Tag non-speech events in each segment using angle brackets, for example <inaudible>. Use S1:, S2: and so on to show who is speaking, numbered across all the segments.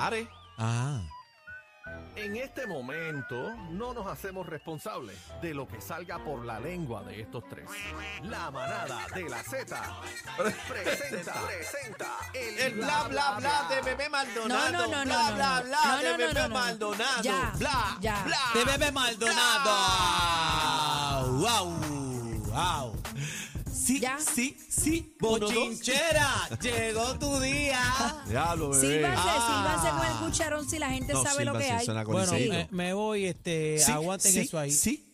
S1: Are,
S2: Ah.
S1: en este momento no nos hacemos responsables de lo que salga por la lengua de estos tres. La manada de la Z presenta,
S2: <laughs>
S1: presenta el,
S2: El bla bla bla de bebé
S3: No,
S2: Maldonado.
S3: no, no, no.
S2: bla
S3: no,
S2: bla
S3: no.
S2: bla
S3: No,
S2: de
S3: no, no,
S2: bebé
S3: no, no.
S2: Maldonado.
S3: Ya,
S2: bla
S3: ya.
S2: bla de bebé Maldonado. Wow, wow. Sí,
S3: Ya.
S2: sí, sí.
S3: Uno, dos.
S2: Bochinchera, llegó tu día.
S1: Diablo,
S3: Sírvanse,
S2: Ah.
S3: sírvanse con el cucharón si la gente sabe lo que hay.
S4: Bueno, eh, me voy, este,
S2: Sí,
S4: aguanten
S2: sí,
S4: eso ahí.
S2: Sí.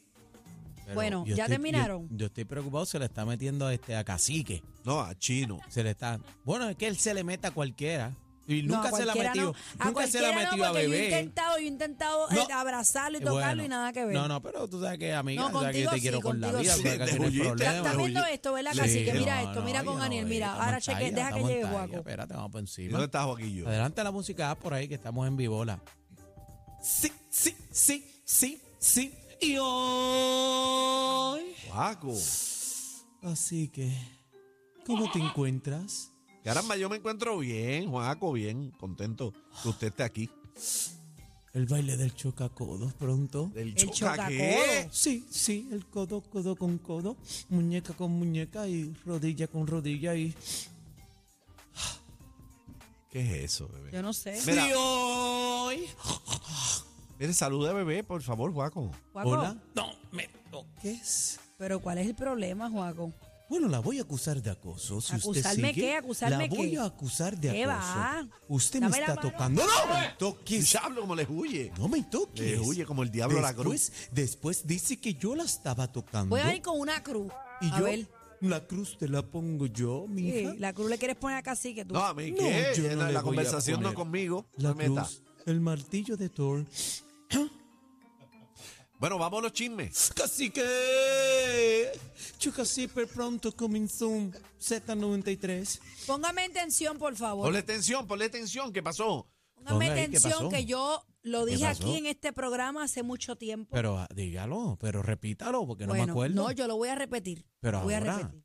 S4: Pero
S3: Bueno,
S4: yo
S3: ¿ya
S4: estoy-
S3: terminaron?
S4: Yo, yo estoy preocupado, se le está metiendo este, a cacique.
S2: No, a chino.
S4: Se le está. Bueno, es que él se le meta a cualquiera. Y
S3: No, a
S4: nunca se la
S3: cualquiera
S4: metió.
S3: no. A
S4: Nunca se la
S3: cualquiera
S4: metió
S3: no,
S4: a
S3: porque Yo he
S4: bebé.
S3: intentado, yo he intentado eh,
S4: No.
S3: abrazarlo y
S4: Bueno,
S3: tocarlo y nada que ver.
S4: No, no, pero tú sabes que amiga,
S3: No,
S4: tú sabes que yo
S3: contigo
S4: te quiero
S3: sí,
S4: con la
S3: contigo
S4: vida,
S3: sí.
S4: tú sabes que aquí no hay
S2: Te
S4: problema.
S3: Ya está
S2: Oye,
S3: viendo esto, ¿verdad,
S4: Sí,
S3: cacique? mira
S4: no,
S3: esto,
S4: no,
S3: mira con
S4: oye,
S3: Aniel,
S4: no,
S3: mira.
S4: oye,
S3: Ahora
S4: estamos
S3: cheque,
S4: en
S3: deja que
S4: talla,
S3: llegue
S4: estamos en talla.
S3: Guaco.
S4: Espérate, vamos por
S2: ¿Dónde
S4: encima.
S2: estás, Joaquillo?
S4: Adelante la música por ahí, que estamos en Vivola. Sí, sí, sí, sí, sí. Y hoy.
S1: Guaco.
S4: Así que, ¿cómo te encuentras?
S2: Caramba, yo me encuentro bien, Joaco, bien. Contento que usted esté aquí.
S4: El baile del chocacodos pronto.
S2: Del
S3: El
S2: choca,
S3: chocacodo.
S4: Sí, sí, el codo, codo con codo, muñeca con muñeca y rodilla con rodilla y...
S2: ¿Qué es eso, bebé?
S3: Yo no sé.
S2: Mira.
S4: Y hoy...
S2: Mire, saluda, bebé, por favor, Juaco.
S3: Guaco,
S4: Hola. No me toques.
S3: pero ¿cuál es el problema, Juaco?
S4: Bueno, la voy a acusar de acoso. Si
S3: ¿Acusarme
S4: usted sigue,
S3: qué? ¿Acusarme
S4: la voy
S3: qué?
S4: a acusar de
S3: ¿Qué
S4: acoso.
S3: va?
S4: Usted
S3: Dame
S4: me
S3: la
S4: está
S3: mano.
S4: tocando. ¡No me
S2: El
S4: toques!
S2: diablo como le huye.
S4: No me toques.
S2: Eh, Le huye como el diablo a la cruz.
S4: después, Después dice que yo la estaba tocando.
S3: Voy a ir con una cruz.
S4: Y
S3: a
S4: yo,
S3: ver,
S4: la cruz te la pongo yo, mi
S3: sí,
S4: hija.
S3: la cruz le quieres poner a cacique tú.
S2: No, a mí
S4: No,
S2: qué.
S4: yo no
S2: Eh,
S4: le
S2: la-
S4: voy
S2: la
S4: a
S2: conversación no
S4: poner.
S2: conmigo.
S4: La
S2: no me meta.
S4: cruz, el martillo de Thor.
S2: Bueno, vamos a los chismes.
S4: Casi que... Chuca Super pronto comenzó un Z93.
S3: Póngame en tensión, por favor.
S2: Ponle tensión, ponle tensión. ¿Qué pasó?
S3: Póngame
S4: Ponga ahí, ¿qué
S3: tensión
S4: pasó?
S3: que yo lo dije
S4: pasó?
S3: aquí en este programa hace mucho tiempo.
S4: Pero ah, dígalo, pero repítalo, porque no me
S3: Bueno,
S4: acuerdo.
S3: No, yo lo voy a repetir.
S4: Pero
S3: voy
S4: ahora,
S3: a repetir.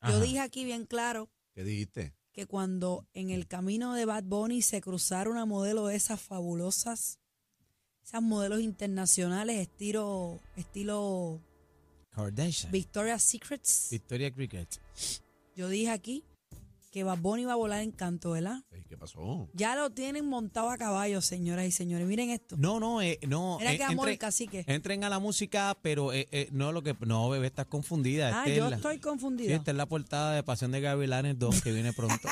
S4: Ajá.
S3: Yo dije aquí bien claro
S2: ¿Qué dijiste?
S3: que cuando en el camino de Bad Bunny se cruzara una modelo de esas fabulosas, esas modelos internacionales estilo, estilo
S4: Kardashian.
S3: Victoria's Secrets,
S4: Victoria Cricket.
S3: yo dije aquí que Bad Bunny va a volar en canto, ¿verdad?
S2: Ey, ¿Qué
S4: <laughs>
S2: pasó?
S3: Ya lo tienen montado a caballo, señoras y señores. Miren esto.
S4: No, no, eh, no.
S3: Era
S4: eh,
S3: que amó el
S4: entre-
S3: cacique.
S4: Entren a la música, pero eh, eh, no lo que. No, bebé, estás confundida.
S3: Ah,
S4: Esta es
S3: yo
S4: la-
S3: estoy
S4: Sí,
S3: confundida.
S4: esta es la portada de Pasión de Gavilanes 2 que
S3: <laughs>
S4: viene pronto.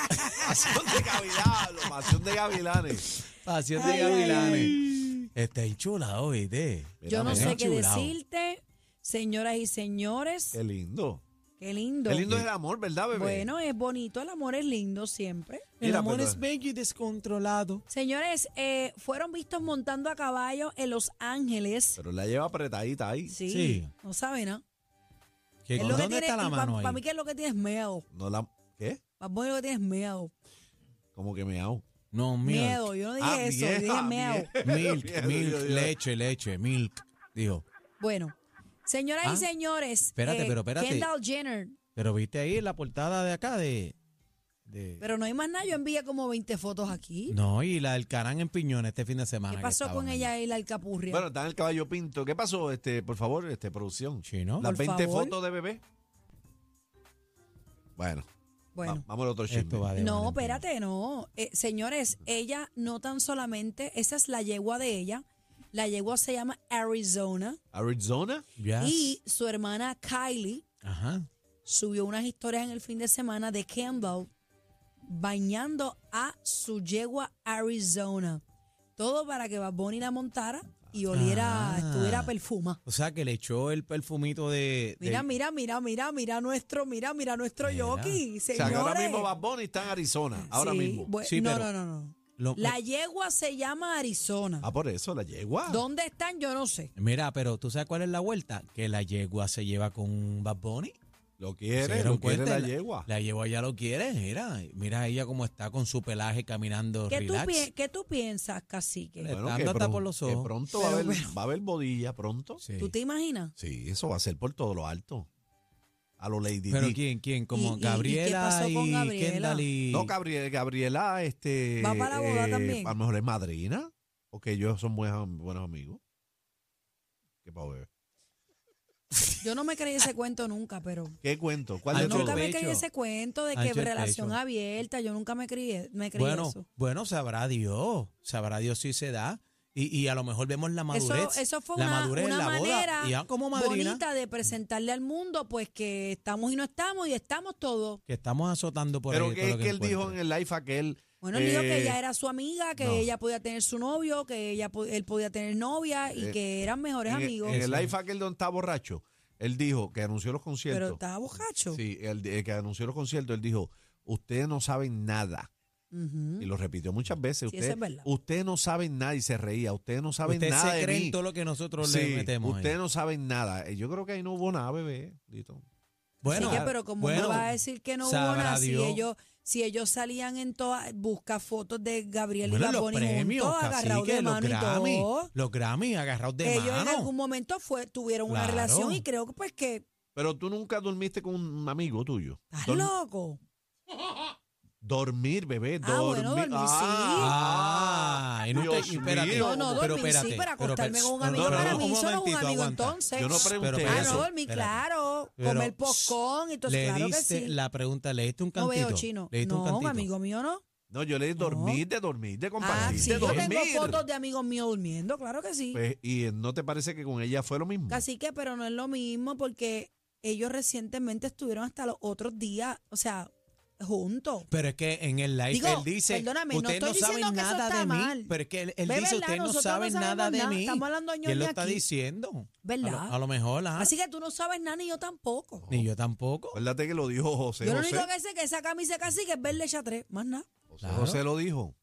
S2: Pasión de gavilanes. Pasión de gavilanes.
S4: Pasión
S3: Ay,
S4: de
S3: ay,
S4: Gavilanes. Está enchulado, oíste.
S3: Yo no
S2: Mira,
S3: sé
S2: mira.
S3: qué
S4: Chulao.
S3: decirte, señoras y señores.
S2: Qué lindo.
S3: Qué lindo.
S2: Qué lindo es el amor, ¿verdad, bebé?
S3: Bueno, es bonito, el amor es lindo siempre.
S4: El
S2: Mira,
S4: amor
S2: pero-
S4: es bello y descontrolado.
S3: Señores, eh, fueron vistos montando a caballo en Los Ángeles.
S2: Pero la lleva apretadita ahí.
S3: Sí,
S4: Sí.
S3: no saben, ¿no?
S4: ¿Qué- ¿Dónde está la mano
S3: Para
S4: ahí?
S3: mí, ¿qué es lo que tienes miedo?
S2: No la. ¿Qué?
S3: Para mí, lo que tienes miedo.
S2: Como que me hago.
S4: No, milk.
S3: Miedo,
S4: <laughs>
S3: yo no dije
S2: Ah,
S3: eso,
S2: miedo,
S3: yo dije
S2: ah,
S3: miedo.
S2: Miedo,
S4: Milk, milk,
S2: yo- yo-
S4: leche, leche, milk. Dijo.
S3: Bueno, señoras
S4: Ah,
S3: y señores. eh,
S4: espérate, pero espérate.
S3: Kendall Jenner.
S4: Pero viste ahí la portada de acá de. de-
S3: Pero no hay más nada, yo envié como 20 fotos aquí.
S4: no, y la del Carán en Piñones este fin de semana.
S3: ¿Qué
S4: que
S3: pasó
S4: estaban
S3: con
S4: ahí.
S3: ella y la alcapurria?
S2: Bueno, está en el caballo pinto. ¿Qué pasó, este, por favor, este, producción?
S4: Chino.
S2: Las
S3: Por
S2: 20
S3: favor.
S2: fotos de bebé. Bueno,
S3: bueno.
S2: va- vamos al otro chisme.
S4: Esto va de
S3: No,
S4: Valentín.
S3: espérate, no. Eh, señores, ella no tan solamente, esa es la yegua de ella. La yegua se llama Arizona.
S2: Arizona.
S4: Yes.
S3: Y su hermana Kylie
S4: Ajá.
S3: subió unas historias en el fin de semana de Campbell bañando a su yegua Arizona. Todo para que Bad Bunny la montara y oliera,
S4: Ah.
S3: estuviera perfuma.
S4: O sea que le echó el perfumito de. de-
S3: Mira, mira, mira, mira, mira nuestro, mira, mira nuestro
S4: Mira.
S3: jockey,
S2: O sea, que ahora
S3: señores.
S2: mismo Bad Bunny está en Arizona. Ahora
S3: Sí,
S2: mismo.
S3: bueno,
S4: Sí,
S3: no,
S4: pero-
S3: no, no, no.
S4: lo-
S3: La yegua se llama Arizona.
S2: Ah, por eso, la yegua.
S3: ¿Dónde están? Yo no sé.
S4: Mira, pero tú sabes cuál es la vuelta? Que la yegua se lleva con Bad Bunny.
S2: Lo
S4: ¿Se
S2: quiere,
S4: dieron
S2: lo quiere
S4: cuenta?
S2: la yegua.
S4: La yegua ya lo quiere, mira. Mira ella cómo está con su pelaje caminando
S3: ¿Qué tú,
S4: relax.
S3: pi- qué tú piensas, cacique?
S2: Eh,
S4: Le está dando hasta por los
S2: que
S4: ojos.
S2: pronto va a
S3: Pero,
S2: haber,
S3: pero-
S2: va a haber bodilla pronto.
S4: Sí.
S3: ¿Tú te imaginas?
S2: Sí, eso va a ser por todo lo alto. a los Lady
S4: ¿Pero
S2: Di.
S4: quién? ¿Quién? Como
S3: ¿Y- y- y qué
S4: Gabriela
S3: pasó
S4: y,
S3: con Gabriela?
S4: Kendall y...
S2: No, Gabriel- Gabriela, este.
S3: ¿Va para la boda también?
S2: A lo mejor es madrina, porque ellos son buenos, buenos amigos. ¿Qué pa' ver?
S3: Yo no me creí ese cuento nunca, pero
S2: ¿Qué cuento? ¿Cuál
S4: Ah,
S2: de
S4: Ancho
S3: nunca
S2: todos?
S4: el
S3: me creí
S4: pecho.
S3: ese cuento de que
S4: Ancho el
S3: relación
S4: pecho.
S3: abierta, yo nunca me creí, me creí
S4: bueno,
S3: eso.
S4: bueno, sabrá Dios, sabrá Dios si se da. Y, y a lo mejor vemos la madurez.
S3: Eso, eso fue
S4: la
S3: una,
S4: madurez
S3: una
S4: en la
S3: manera
S4: boda. Y ya como madrina,
S3: bonita de presentarle al mundo pues que estamos y no estamos y estamos todos.
S4: que estamos azotando por
S2: Pero
S4: ahí.
S2: que es que él dijo en el live aquel.
S3: Bueno, él dijo que
S2: eh,
S3: ella era su amiga, que
S4: no.
S3: ella podía tener su novio, que ella po- él podía tener novia y
S2: Eh,
S3: que eran mejores
S2: en,
S3: amigos.
S2: en el
S4: Eso.
S2: live aquel donde está borracho, él dijo que anunció los conciertos.
S3: pero estaba bocacho.
S2: Sí, el, de- el que anunció los conciertos, él dijo, ustedes no saben nada.
S3: Ujú.
S2: Y lo repitió muchas veces.
S3: Sí, eso
S2: ustedes,
S3: es verdad.
S2: ustedes no saben nada y se reía. Ustedes no saben
S4: Usted
S2: nada
S4: se
S2: de
S4: cree
S2: mí.
S4: en todo lo que nosotros
S2: Sí,
S4: le metemos. ahí.
S2: ustedes no saben nada. Eh, Yo creo que ahí no hubo nada, bebé. Dito.
S4: Bueno, ah,
S3: Así que, pero como
S4: bueno,
S3: me va a decir que no hubo
S4: sabrá
S3: nada, si
S4: Dios.
S3: ellos, si ellos salían en todas, busca fotos de Gabriel
S4: bueno,
S3: y
S4: los
S3: Baboni
S4: premios,
S3: juntos, agarrados
S4: cacique,
S3: de
S4: los
S3: mano y
S4: Grammy,
S3: todo.
S4: los Grammy agarrados de
S3: ellos en
S4: mano.
S3: algún momento fue, tuvieron una
S4: Claro.
S3: relación y creo que pues que
S2: Pero tú nunca dormiste con un amigo tuyo.
S3: estás
S2: Dorm-
S3: loco.
S2: Dormir, bebé,
S3: Ah,
S2: dormir.
S3: bueno, dormir,
S4: Ah, y nunca-
S2: Dios
S4: y espérate,
S2: mío.
S3: No, no, dormir sí, pero acostarme con un amigo
S2: no,
S3: para
S2: no,
S3: mí,
S4: un
S3: eso no es un
S4: momentito,
S3: amigo
S4: aguanta.
S3: entonces.
S2: Yo no
S3: ah,
S2: pregunté
S4: pero
S3: no,
S4: eso,
S3: dormir,
S4: espérate.
S3: claro.
S4: Pero,
S3: comer popcorn y todo eso,
S4: Le
S3: claro que
S4: diste
S3: sí.
S4: la pregunta, le diste un
S3: No
S4: cantito.
S3: veo chino.
S4: Le diste
S3: No,
S4: un cantito.
S3: amigo mío no.
S2: No, yo le dije dormir, de dormir, de
S3: Ah,
S2: compartir,
S3: sí,
S2: de
S3: yo
S2: dormir.
S3: tengo fotos de amigos míos durmiendo, claro que sí.
S2: Pues, y no te parece que con ella fue lo mismo.
S3: Así que, pero no es lo mismo porque ellos recientemente estuvieron hasta los otros días, o sea, juntos.
S4: Pero es que en el live
S3: Digo,
S4: él dice,
S3: perdóname, no
S4: ustedes no,
S3: estoy
S4: saben
S3: diciendo que eso
S4: nada
S3: está
S4: de
S3: mal.
S4: mí. Pero es que él, él
S3: Ve,
S4: dice,
S3: ¿verdad?
S4: ustedes no
S3: Nosotros no
S4: saben
S3: sabemos
S4: nada de
S3: nada,
S4: mí.
S3: estamos hablando de
S4: Y él lo
S3: ñoña
S4: está
S3: aquí.
S4: diciendo.
S3: ¿Verdad?
S4: A lo, a lo mejor, ajá.
S3: Así que tú no sabes nada ni yo tampoco.
S4: Ni yo tampoco.
S2: Acuérdate que lo dijo José
S3: Yo lo
S2: José.
S3: único que sé que esa camisa casi que es verle ya tres, más nada.
S2: José,
S4: Claro.
S2: José lo dijo.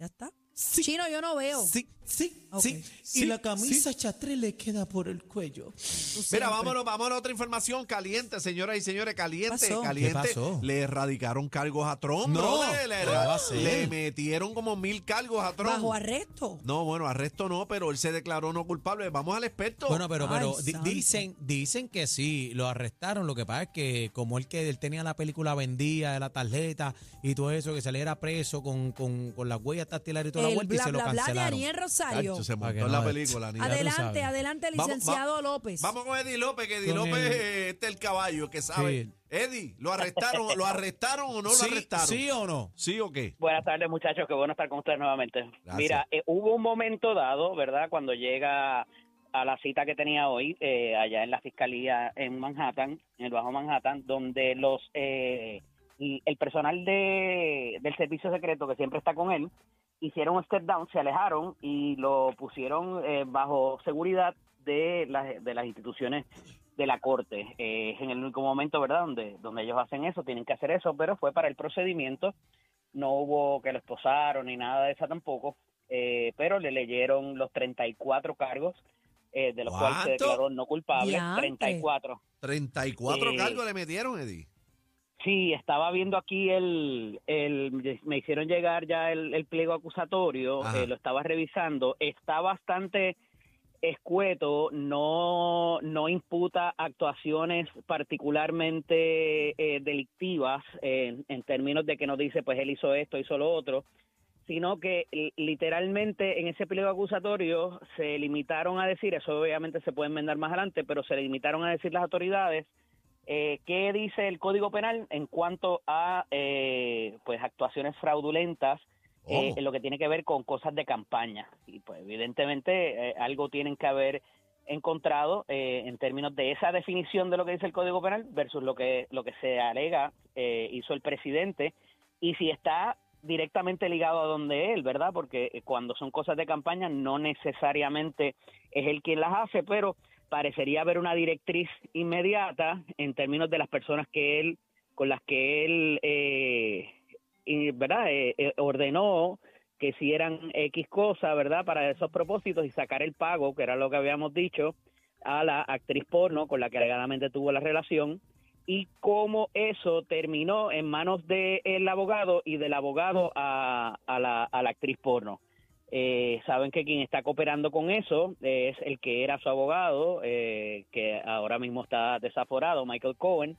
S3: Ya está.
S4: Sí.
S3: Chino, yo no veo.
S4: Sí, sí,
S3: Ok.
S4: sí,
S2: Sí,
S4: Y la camisa chatre le queda por el cuello.
S3: Tú
S2: Mira,
S3: siempre.
S2: vámonos, vámonos a otra información caliente, señoras y señores, caliente,
S3: ¿Pasó?
S2: caliente.
S4: ¿Qué pasó?
S2: Le erradicaron cargos a Trump,
S4: No,
S2: brother, le,
S4: ¿qué va a hacer?
S2: le metieron como mil cargos a Trump.
S3: Bajo arresto.
S2: No, bueno, arresto no, pero él se declaró no culpable. Vamos al experto.
S4: Bueno, pues, pero, pero
S3: Ay,
S4: di-
S3: santo.
S4: dicen, dicen que sí, lo arrestaron. Lo que pasa es que como él que él tenía la película vendida de la tarjeta y todo eso, que saliera preso con, con, con las huellas dactilares y toda la
S3: El
S4: vuelta y
S3: bla
S4: se lo
S3: bla bla de
S4: cancelaron.
S3: Ariel Rosario.
S2: Cacho, se
S4: Para que
S2: montó en
S4: no eh,
S2: la
S4: ve.
S2: película. ni-
S4: ya tú Adel-
S3: Adelante,
S4: sabes.
S3: adelante,
S2: Vamos, va-
S3: licenciado López.
S2: Vamos con Eddie López, que Eddie
S4: Con
S2: López
S4: él.
S2: eh, este es el caballo que sabe.
S4: Sí.
S2: Eddie, ¿lo arrestaron, ¿lo arrestaron o no
S4: sí,
S2: lo arrestaron?
S4: ¿Sí o no?
S2: ¿Sí o qué?
S5: Buenas tardes, muchachos. Qué bueno estar con ustedes nuevamente.
S2: Gracias.
S5: Mira, eh, hubo un momento dado, ¿verdad? Cuando llega a la cita que tenía hoy, eh, allá en la fiscalía en Manhattan, en el Bajo Manhattan, donde los eh, y el personal de, del servicio secreto que siempre está con él hicieron un step down, se alejaron y lo pusieron eh, bajo seguridad de las, de las instituciones de la corte. Eh, es en el único momento, ¿verdad? Donde, donde ellos hacen eso, tienen que hacer eso, pero fue para el procedimiento no hubo que lo esposaron ni nada de eso tampoco, eh, pero le leyeron los 34 cargos, eh, de los cuales se
S2: ¿Cuánto?
S5: declaró no culpable,
S3: Diantre.
S5: 34.
S2: 34
S5: Eh,
S2: cargos le metieron, Eddie.
S5: Sí, estaba viendo aquí el, el me hicieron llegar ya el, el pliego acusatorio,
S2: Ajá.
S5: eh, lo estaba revisando, está bastante escueto, no, no imputa actuaciones particularmente eh, delictivas eh, en, en términos de que no dice pues él hizo esto, hizo lo otro, sino que li- literalmente en ese pliego acusatorio se limitaron a decir, eso obviamente se puede enmendar más adelante, pero se limitaron a decir las autoridades eh, qué dice el Código Penal en cuanto a eh, pues actuaciones fraudulentas eh,
S2: ¿Cómo?
S5: en lo que tiene que ver con cosas de campaña. Y pues evidentemente eh, algo tienen que haber encontrado eh, en términos de esa definición de lo que dice el Código Penal versus lo que, lo que se alega eh, hizo el presidente y si está directamente ligado a donde él, ¿verdad? Porque eh, cuando son cosas de campaña no necesariamente es él quien las hace, pero parecería haber una directriz inmediata en términos de las personas que él, con las que él, eh, y, ¿verdad? Eh, eh, ordenó que hicieran X cosa, ¿verdad? Para esos propósitos y sacar el pago, que era lo que habíamos dicho, a la actriz porno con la que alegadamente tuvo la relación y cómo eso terminó en manos del abogado y del abogado a, a la, a la actriz porno. Eh, saben que quien está cooperando con eso es el que era su abogado, eh, que ahora mismo está desaforado, Michael Cohen.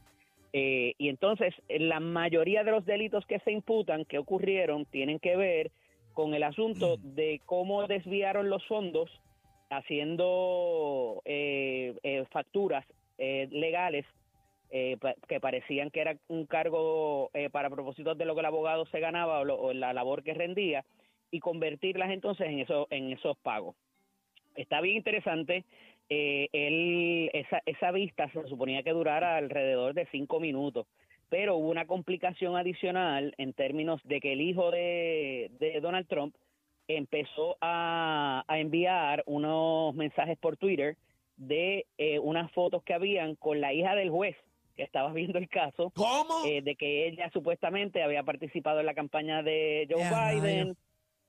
S5: Eh, y entonces, la mayoría de los delitos que se imputan, que ocurrieron, tienen que ver con el asunto de cómo desviaron los fondos haciendo eh, eh, facturas eh, legales eh, pa- que parecían que era un cargo eh, para propósitos de lo que el abogado se ganaba o, lo- o la labor que rendía y convertirlas entonces en, eso, en esos pagos. Está bien interesante. eh, él- esa, esa vista se suponía que durara alrededor de cinco minutos, pero hubo una complicación adicional en términos de que el hijo de, de Donald Trump empezó a, a enviar unos mensajes por Twitter de eh, unas fotos que habían con la hija del juez que estaba viendo el caso,
S2: ¿Cómo?
S5: eh, de que ella supuestamente había participado en la campaña de Joe
S3: Ya,
S5: Biden.
S3: rayos.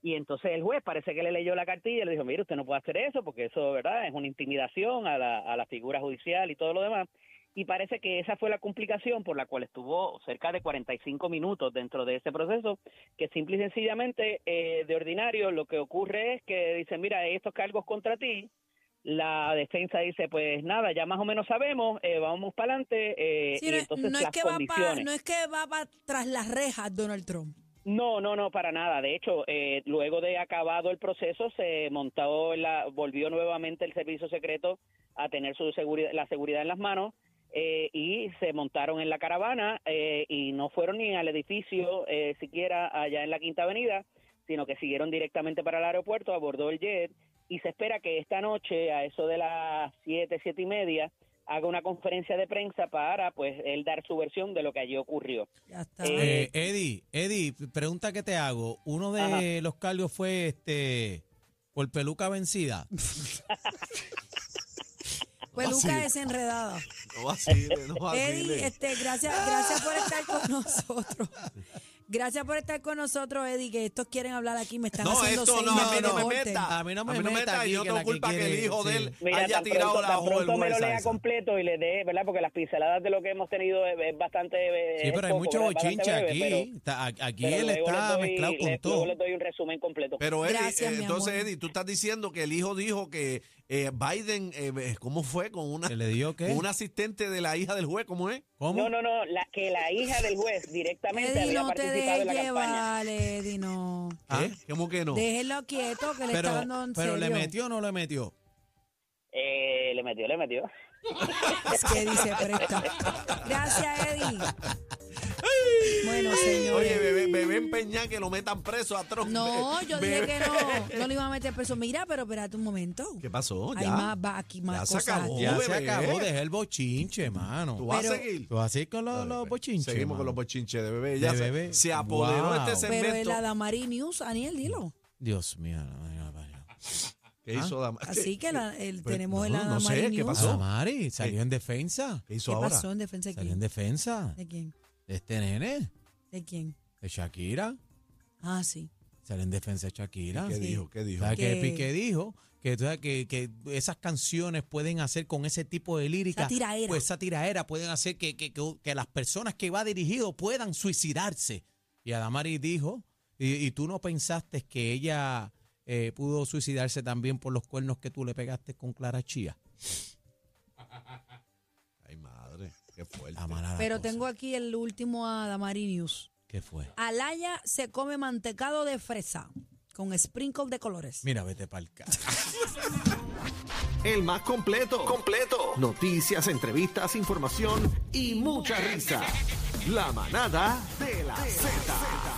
S5: Y entonces el juez parece que le leyó la cartilla y le dijo, mire, usted no puede hacer eso porque eso, ¿verdad? Es una intimidación a la, a la figura judicial y todo lo demás. Y parece que esa fue la complicación por la cual estuvo cerca de 45 minutos dentro de ese proceso, que simple y sencillamente, eh, de ordinario, lo que ocurre es que dicen, mira, estos cargos contra ti, la defensa dice, pues nada, ya más o menos sabemos, eh, vamos para adelante, eh,
S3: Sí,
S5: y
S3: no,
S5: entonces
S3: no es
S5: las
S3: que va pa-
S5: condiciones...
S3: no es que va pa- tras las rejas Donald Trump.
S5: No, no, no, para nada. De hecho, eh, luego de acabado el proceso, se montó, la, volvió nuevamente el servicio secreto a tener su seguridad, la seguridad en las manos eh, y se montaron en la caravana eh, y no fueron ni al edificio eh, siquiera allá en la Quinta Avenida, sino que siguieron directamente para el aeropuerto, abordó el jet y se espera que esta noche, a eso de las siete, siete y media, haga una conferencia de prensa para, pues, él dar su versión de lo que allí ocurrió.
S3: Ya está.
S5: Eh,
S4: Eh, Eddie, Eddie, pregunta que te hago. Uno de
S5: Ajá.
S4: los cargos fue este por peluca vencida.
S3: Peluca
S2: vacile.
S3: desenredada.
S2: No vacile, no
S3: <laughs> Eddie,
S2: vacile.
S3: este, gracias, gracias por estar con nosotros. Gracias por estar con nosotros, Eddie, que estos quieren hablar aquí, me están
S2: No,
S3: haciendo
S2: esto no,
S3: señas
S2: a mí
S3: que
S2: no me
S3: corten.
S2: meta.
S4: A mí no
S2: A
S4: me,
S2: mí no me
S4: meta
S2: está,
S4: aquí
S2: yo
S4: que
S2: tengo
S4: la
S2: culpa que el
S4: quiere-
S2: hijo de él- haya
S5: tan
S2: tirado
S5: pronto,
S2: la
S5: tan
S2: hoja del
S5: pronto me lo
S2: juez
S5: lea
S2: esa.
S5: completo y le dé, ¿verdad? Porque las pinceladas de lo que hemos tenido es, es bastante. es
S4: Sí, pero hay
S5: poco,
S4: mucho
S5: ¿verdad? Bastante
S4: bochinche
S5: breve,
S4: aquí.
S5: pero-
S4: Está- a- aquí
S5: pero
S4: él
S5: luego
S4: está
S5: les doy-
S4: mezclado con
S5: les-
S4: todo.
S5: Luego les doy un resumen completo.
S2: Pero Eddie,
S3: Gracias,
S2: eh,
S3: mi
S2: entonces
S3: amor.
S2: Eddie, tú estás diciendo que el hijo dijo que eh, Biden, eh, ¿cómo fue? Con una,
S4: ¿Se le dio qué?
S2: con una asistente de la hija del juez, ¿cómo es?
S4: ¿Cómo?
S5: No, no, no, la, que la hija del juez directamente
S3: Eddie,
S5: había
S3: no te
S5: participado
S3: dejes
S5: en la campaña.
S3: llevar, Eddie, no.
S4: Ah.
S2: ¿Eh? ¿Cómo que no?
S3: Déjenlo quieto, que le está
S4: pero
S3: dando en
S4: pero le
S3: serio.
S4: metió o no le metió.
S5: Eh, le metió, le metió.
S3: Es que dice presta. Gracias, Eddie. Bueno, señor.
S2: Oye, bebé, bebé empeñar que lo metan preso a Trump.
S3: No, yo dije
S2: Bebé.
S3: que no, no le iba a meter preso. Mira, pero espérate un momento.
S2: ¿Qué pasó?
S3: Hay
S2: Ya.
S3: más, va aquí más
S2: Ya se
S3: cosas.
S2: acabó.
S3: aquí.
S4: Ya se
S2: bebé.
S4: acabó, deja el bochinche, mano.
S2: ¿Tú vas
S3: Pero-
S2: a seguir? pues.
S4: Tú así con los, los bochinches.
S2: Seguimos con
S4: mano.
S2: los bochinches de bebé. Ya
S4: De
S2: se,
S4: bebé.
S2: se apoderó
S4: Wow.
S2: este
S3: Pero
S2: segmento.
S3: el Adamari News, Aniel, dilo.
S4: Dios mío. no, no, no, no.
S2: ¿Qué hizo Dama?
S3: Ah, Así
S4: <laughs>
S3: que la- el-
S2: Pero-
S3: tenemos el
S2: no, no
S3: Adamari
S2: sé, ¿qué
S3: News.
S2: pasó?
S4: Adamari Ah, salió en defensa.
S2: ¿Qué hizo
S3: ¿Qué
S2: ahora?
S3: pasó en defensa de
S4: Salió en
S3: quién?
S4: defensa
S3: ¿De quién?
S4: de este nene,
S3: ¿De quién?
S4: de Shakira.
S3: Ah, sí.
S4: Salió en defensa de Shakira.
S2: ¿Qué
S3: Sí.
S2: dijo? ¿Qué dijo?
S4: ¿Sabes qué?
S3: Que-
S4: Piqué dijo que, tú sabes que, que esas canciones pueden hacer con ese tipo de lírica.
S3: Esa tiraera.
S4: Pues esa tiraera pueden hacer que, que- que- que las personas que va dirigido puedan suicidarse. Y Adamari dijo, y, y tú no pensaste que ella eh, pudo suicidarse también por los cuernos que tú le pegaste con Clara Chía.
S2: Ay, madre, qué fuerte.
S4: La mala la
S3: Pero
S4: cosa.
S3: tengo aquí el último Adamari News.
S4: ¿Qué fue?
S3: Alaya se come mantecado de fresa con sprinkle de colores.
S4: Mira, vete para el carro.
S1: El más completo. Completo. Noticias, entrevistas, información y mucha risa. La manada de la Z.